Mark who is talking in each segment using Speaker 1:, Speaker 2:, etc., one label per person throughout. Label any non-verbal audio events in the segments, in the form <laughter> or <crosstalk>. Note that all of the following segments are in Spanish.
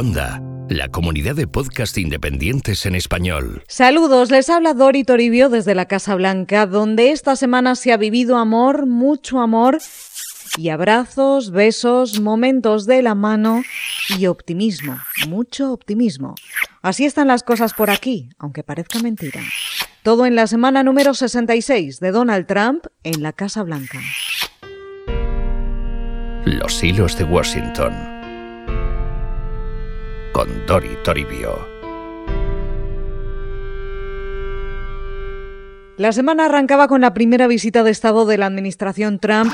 Speaker 1: Onda, la comunidad de podcast independientes en español.
Speaker 2: Saludos, les habla Dori Toribio desde la Casa Blanca, donde esta semana se ha vivido amor, mucho amor y abrazos, besos, momentos de la mano y optimismo, mucho optimismo. Así están las cosas por aquí, aunque parezca mentira. Todo en la semana número 66 de Donald Trump en la Casa Blanca.
Speaker 1: Los hilos de Washington. Con Dori Toribio.
Speaker 2: La semana arrancaba con la primera visita de Estado de la administración Trump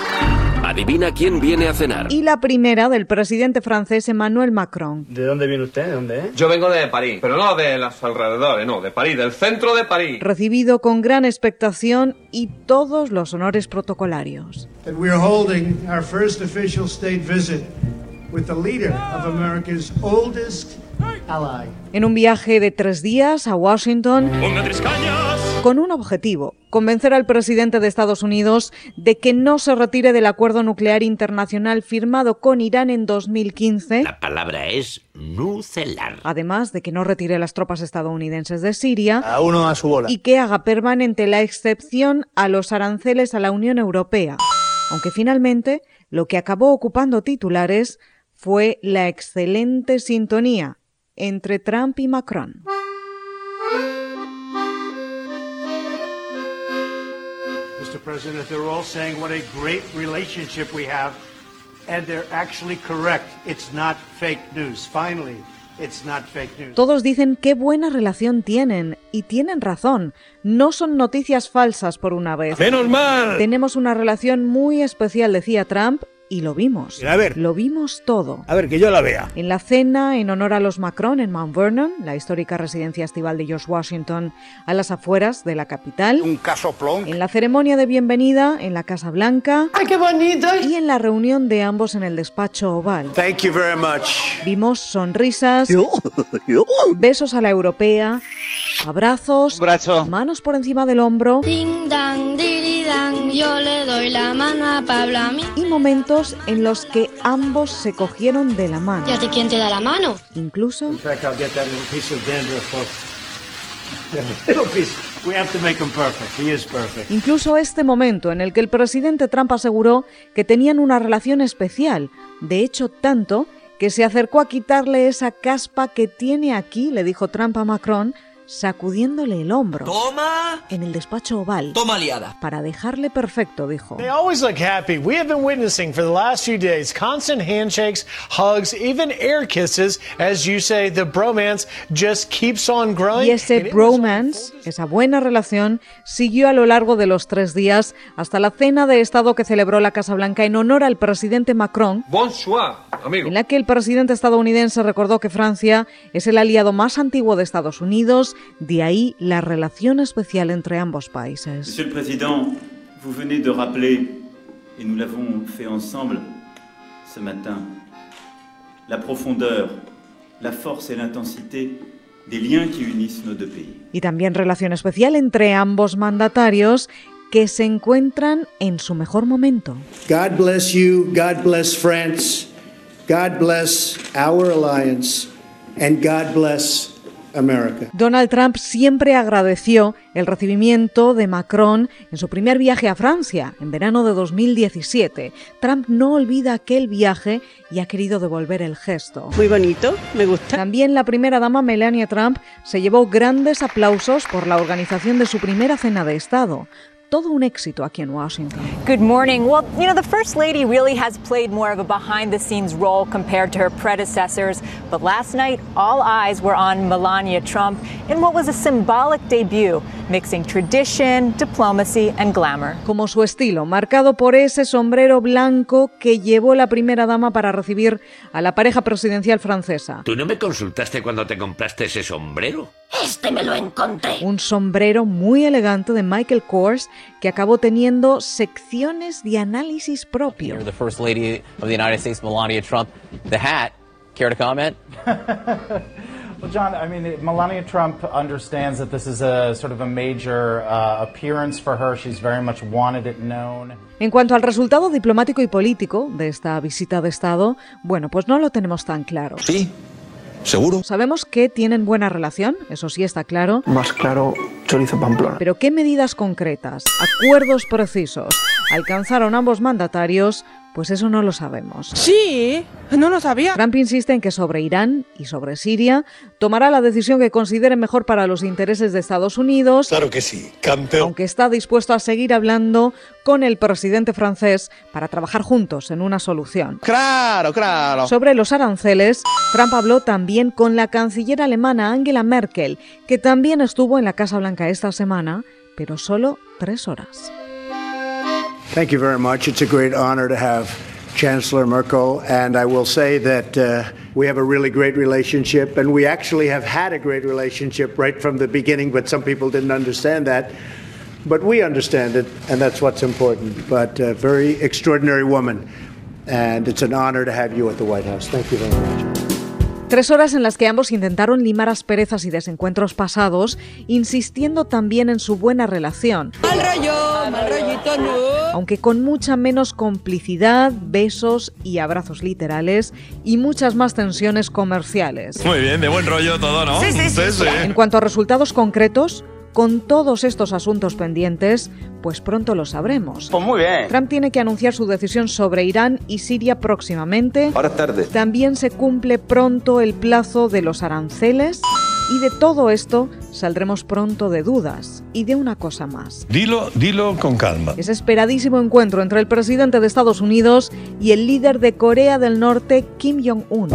Speaker 1: Adivina quién viene a cenar.
Speaker 2: y la primera del presidente francés Emmanuel Macron.
Speaker 3: ¿De dónde viene usted? ¿De dónde es?
Speaker 4: Yo vengo de París, pero no de los alrededores, no, de París, del centro de París.
Speaker 2: Recibido con gran expectación y todos los honores protocolarios.
Speaker 5: that we are holding our first official state visit with the leader of America's oldest ally.
Speaker 2: En un viaje de tres días a Washington, con un objetivo, convencer al presidente de Estados Unidos de que no se retire del acuerdo nuclear internacional firmado con Irán en 2015,
Speaker 6: La palabra es nucelar.
Speaker 2: además de que no retire las tropas estadounidenses de Siria
Speaker 3: A uno a su bola.
Speaker 2: y que haga permanente la excepción a los aranceles a la Unión Europea. Aunque finalmente lo que acabó ocupando titulares fue la excelente sintonía entre Trump y Macron.
Speaker 5: Mr. President, they're all saying what a great relationship we have, and they're actually correct. It's not fake news. Finally, it's not fake news.
Speaker 2: Todos dicen qué buena relación tienen y tienen razón. No son noticias falsas por una vez.
Speaker 3: ¡Menos mal!
Speaker 2: Tenemos una relación muy especial, decía Trump, y lo vimos.
Speaker 3: A ver.
Speaker 2: Lo vimos todo.
Speaker 3: A ver, que yo la vea.
Speaker 2: En la cena en honor a los Macron en Mount Vernon, la histórica residencia estival de George Washington, a las afueras de la capital. Un casoplón. En la ceremonia de bienvenida en la Casa Blanca. ¡Ay, qué bonito! Y en la reunión de ambos en el despacho oval.
Speaker 3: Thank you very much.
Speaker 2: Vimos sonrisas, besos a la europea, abrazos, manos por encima del hombro
Speaker 7: Ding dang, diri dang, yo le doy la mano a Pablo a mí.
Speaker 2: y momentos en los que ambos se cogieron de la mano.
Speaker 7: Ya sé quién te da la mano.
Speaker 2: Incluso
Speaker 5: In fact, I'll get that little piece of dandruff off. That <laughs> little piece. We have to make him perfect. He is perfect.
Speaker 2: Incluso este momento en el que el presidente Trump aseguró que tenían una relación especial, de hecho tanto que se acercó a quitarle esa caspa que tiene aquí, le dijo Trump a Macron, sacudiéndole el hombro. ¡Toma! En el despacho oval. ¡Toma liada! Para dejarle perfecto, dijo.
Speaker 8: They always look happy. We have been witnessing for the last few days constant handshakes, hugs, even air kisses. As you say, the bromance just keeps on growing.
Speaker 2: Y ese
Speaker 8: And it was on
Speaker 2: bromance,
Speaker 8: full
Speaker 2: esa buena relación, siguió a lo largo de los tres días hasta la cena de Estado que celebró la Casa Blanca en honor al presidente Macron,
Speaker 4: Bonsoir, amigo.
Speaker 2: en la que el presidente estadounidense recordó que Francia es el aliado más antiguo de Estados Unidos, de ahí la relación especial entre ambos países.
Speaker 9: Monsieur le Président, vous venez de rappeler, et nous l'avons fait ensemble ce matin, la profondeur, la force et l'intensité des liens qui unissent nos deux pays.
Speaker 2: Y también relación especial entre ambos mandatarios que se encuentran en su mejor momento.
Speaker 5: God bless you. God bless France. God bless our alliance. And God bless America.
Speaker 2: Donald Trump siempre agradeció el recibimiento de Macron en su primer viaje a Francia, en verano de 2017. Trump no olvida aquel viaje y ha querido devolver el gesto.
Speaker 10: Muy bonito, me gusta.
Speaker 2: También la primera dama Melania Trump se llevó grandes aplausos por la organización de su primera cena de Estado. Todo un éxito aquí en Washington.
Speaker 11: Good morning. Well, you know, the First Lady really has played more of a behind the scenes role compared to her predecessors. But last night, all eyes were on Melania Trump in what was a symbolic debut, mixing tradition, diplomacy, and glamour.
Speaker 2: como su estilo, marcado por ese sombrero blanco que llevó la primera dama para recibir a la pareja presidencial francesa.
Speaker 6: ¿Tú no me consultaste cuando te compraste ese sombrero?
Speaker 2: Un sombrero muy elegante de Michael Kors que acabó teniendo secciones de análisis propio.
Speaker 9: The First Lady of the United States, Melania Trump. The hat. Care to comment?
Speaker 8: Well, John, I mean, Melania Trump understands that this is a sort of a major uh, appearance for her. She's very much wanted it known.
Speaker 2: En cuanto al resultado diplomático y político de esta visita de Estado, bueno, pues no lo tenemos tan claro.
Speaker 9: Sí.
Speaker 10: ¿Seguro?
Speaker 2: Sabemos que tienen buena relación, eso sí está claro,
Speaker 12: Más claro, chorizo pamplona.
Speaker 2: pero ¿qué medidas concretas, acuerdos precisos alcanzaron ambos mandatarios? Pues eso no lo sabemos.
Speaker 13: Sí, no lo sabía.
Speaker 2: Trump insiste en que sobre Irán y sobre Siria tomará la decisión que considere mejor para los intereses de Estados Unidos.
Speaker 10: Claro que sí, campeón.
Speaker 2: Aunque está dispuesto a seguir hablando con el presidente francés para trabajar juntos en una solución.
Speaker 12: Claro, claro.
Speaker 2: Sobre los aranceles, Trump habló también con la canciller alemana Angela Merkel, que también estuvo en la Casa Blanca esta semana, pero solo tres horas.
Speaker 5: Thank you very much. It's a great honor to have Chancellor Merkel, and I will say that uh, we have a really great relationship, and we actually have had a great relationship right from the beginning, but some people didn't understand that. But we understand it, and that's what's important. But a very extraordinary woman, and it's an honor to have you at the White House. Thank you very much.
Speaker 2: Tres horas en las que ambos intentaron limar asperezas y desencuentros pasados, insistiendo también en su buena relación,
Speaker 13: Mal rollo, mal rollito, no.
Speaker 2: aunque con mucha menos complicidad, besos y abrazos literales y muchas más tensiones comerciales.
Speaker 14: Muy bien, de buen rollo todo, ¿no?
Speaker 2: En cuanto a resultados concretos, con todos estos asuntos pendientes, pues pronto lo sabremos.
Speaker 15: Pues muy bien.
Speaker 2: Trump tiene que anunciar su decisión sobre Irán y Siria próximamente.
Speaker 15: Ahora es tarde.
Speaker 2: También se cumple pronto el plazo de los aranceles. Y de todo esto saldremos pronto de dudas y de una cosa más.
Speaker 10: Dilo, dilo con calma.
Speaker 2: Ese esperadísimo encuentro entre el presidente de Estados Unidos y el líder de Corea del Norte, Kim Jong-un.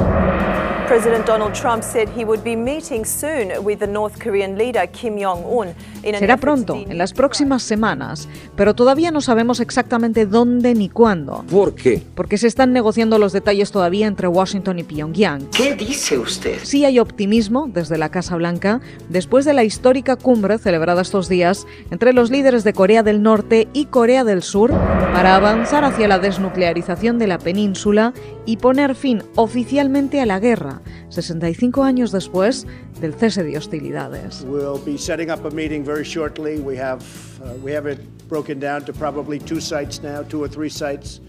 Speaker 11: President Donald Trump said he would be meeting soon with the North Korean leader Kim Jong Un in an
Speaker 2: Será
Speaker 11: effort to
Speaker 2: pronto, en las próximas semanas, pero todavía no sabemos exactamente dónde ni cuándo,
Speaker 15: ¿Por qué?
Speaker 2: porque se están negociando los detalles todavía entre Washington y Pyongyang.
Speaker 15: ¿Qué dice usted?
Speaker 2: Sí hay optimismo desde la Casa Blanca después de la histórica cumbre celebrada estos días entre los líderes de Corea del Norte y Corea del Sur para avanzar hacia la desnuclearización de la península y poner fin oficialmente a la guerra, 65 años después del cese de hostilidades.
Speaker 5: We'll be setting up a meeting very shortly. We have, uh, we have it broken down to probably two sites now, two or three sites,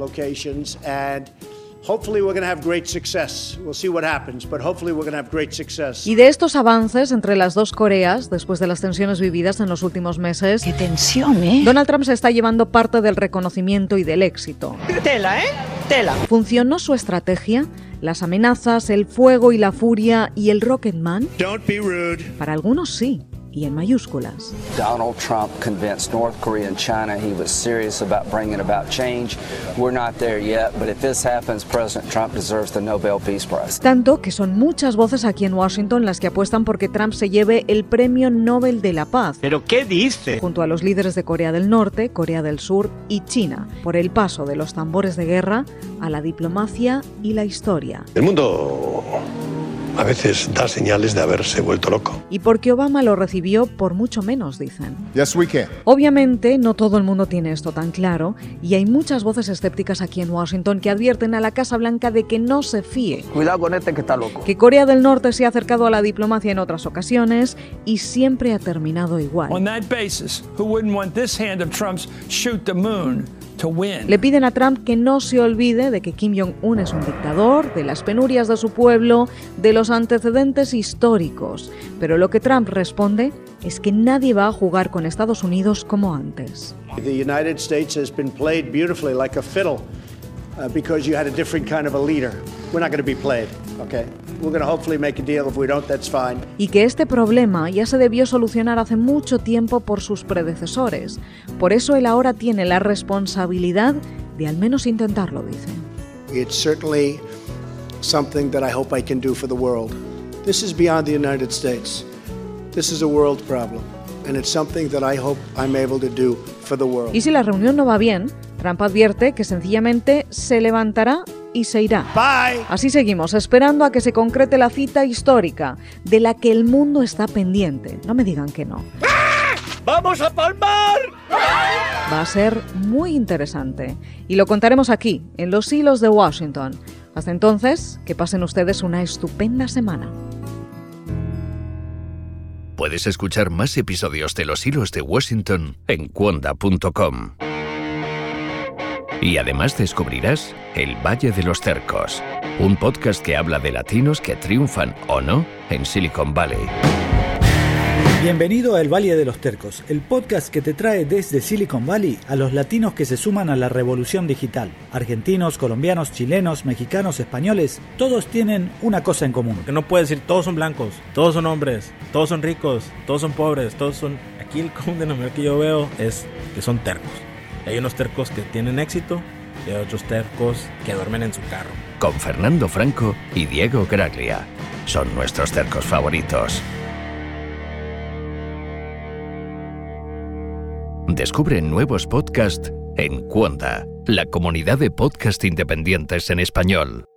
Speaker 5: locations, and hopefully we're going to have great success. We'll see what happens, but hopefully we're going to have great success.
Speaker 2: Y de estos avances entre las dos Coreas, después de las tensiones vividas en los últimos meses,
Speaker 11: ¿eh?
Speaker 2: Donald Trump se está llevando parte del reconocimiento y del éxito.
Speaker 13: Tela, ¿eh? Tela.
Speaker 2: ¿Funcionó su estrategia? Las amenazas, el fuego y la furia y el Rocketman?
Speaker 5: Don't be rude.
Speaker 2: Para algunos sí, y en mayúsculas.
Speaker 15: Donald Trump convinced North Korea and China he was serious about bringing about change. We're not there yet, but if this happens, President Trump deserves the Nobel Peace Prize.
Speaker 2: Tanto que son muchas voces aquí en Washington las que apuestan porque Trump se lleve el Premio Nobel de la Paz.
Speaker 16: ¿Pero qué dice?
Speaker 2: junto a los líderes de Corea del Norte, Corea del Sur y China, por el paso de los tambores de guerra a la diplomacia y la historia.
Speaker 10: El mundo a veces da señales de haberse vuelto loco.
Speaker 2: Y porque Obama lo recibió por mucho menos, dicen.
Speaker 10: Yes, we can.
Speaker 2: Obviamente, no todo el mundo tiene esto tan claro, y hay muchas voces escépticas aquí en Washington que advierten a la Casa Blanca de que no se fíe,
Speaker 15: Cuidado con este que está loco.
Speaker 2: que Corea del Norte se ha acercado a la diplomacia en otras ocasiones y siempre ha terminado igual.
Speaker 17: On that basis, who wouldn't want this hand of Trump's shoot the moon to win?
Speaker 2: Le piden a Trump que no se olvide de que Kim Jong-un es un dictador, de las penurias de su pueblo, de los antecedentes históricos. Pero lo que Trump responde es que nadie va a jugar con Estados Unidos como antes.
Speaker 5: The United States has been played beautifully like a fiddle uh, because you had a different kind of a leader. We're not going to be played, okay? We're going to hopefully make a deal. If we don't, that's fine.
Speaker 2: Y que este problema ya se debió solucionar hace mucho tiempo por sus predecesores. Por eso él ahora tiene la responsabilidad de al menos intentarlo, dice.
Speaker 5: It's certainly something that I hope I can do for the world. This is beyond the United States. This is a world problem, and it's something that I hope I'm able to do for the world.
Speaker 2: Y si la reunión no va bien, Trump advierte que sencillamente se levantará y se irá. Así seguimos, esperando a que se concrete la cita histórica de la que el mundo está pendiente. No me digan que no.
Speaker 16: ¡Vamos a palmar!
Speaker 2: Va a ser muy interesante. Y lo contaremos aquí, en los hilos de Washington. Hasta entonces, que pasen ustedes una estupenda semana.
Speaker 1: Puedes escuchar más episodios de Los Hilos de Washington en cuonda.com. Y además descubrirás El Valle de los Cercos, un podcast que habla de latinos que triunfan o no en Silicon Valley.
Speaker 18: Bienvenido a El Valle de los Tercos, el podcast que te trae desde Silicon Valley a los latinos que se suman a la revolución digital. Argentinos, colombianos, chilenos, mexicanos, españoles, todos tienen una cosa en común.
Speaker 19: Que no puedes decir todos son blancos, todos son hombres, todos son ricos, todos son pobres, todos son... Aquí el <laughs> común denominador que yo veo es que son tercos. Hay unos tercos que tienen éxito y hay otros tercos que duermen en su carro.
Speaker 1: Con Fernando Franco y Diego Graglia. Son nuestros cercos favoritos. Descubre nuevos podcasts en Cuonda, la comunidad de podcast independientes en español.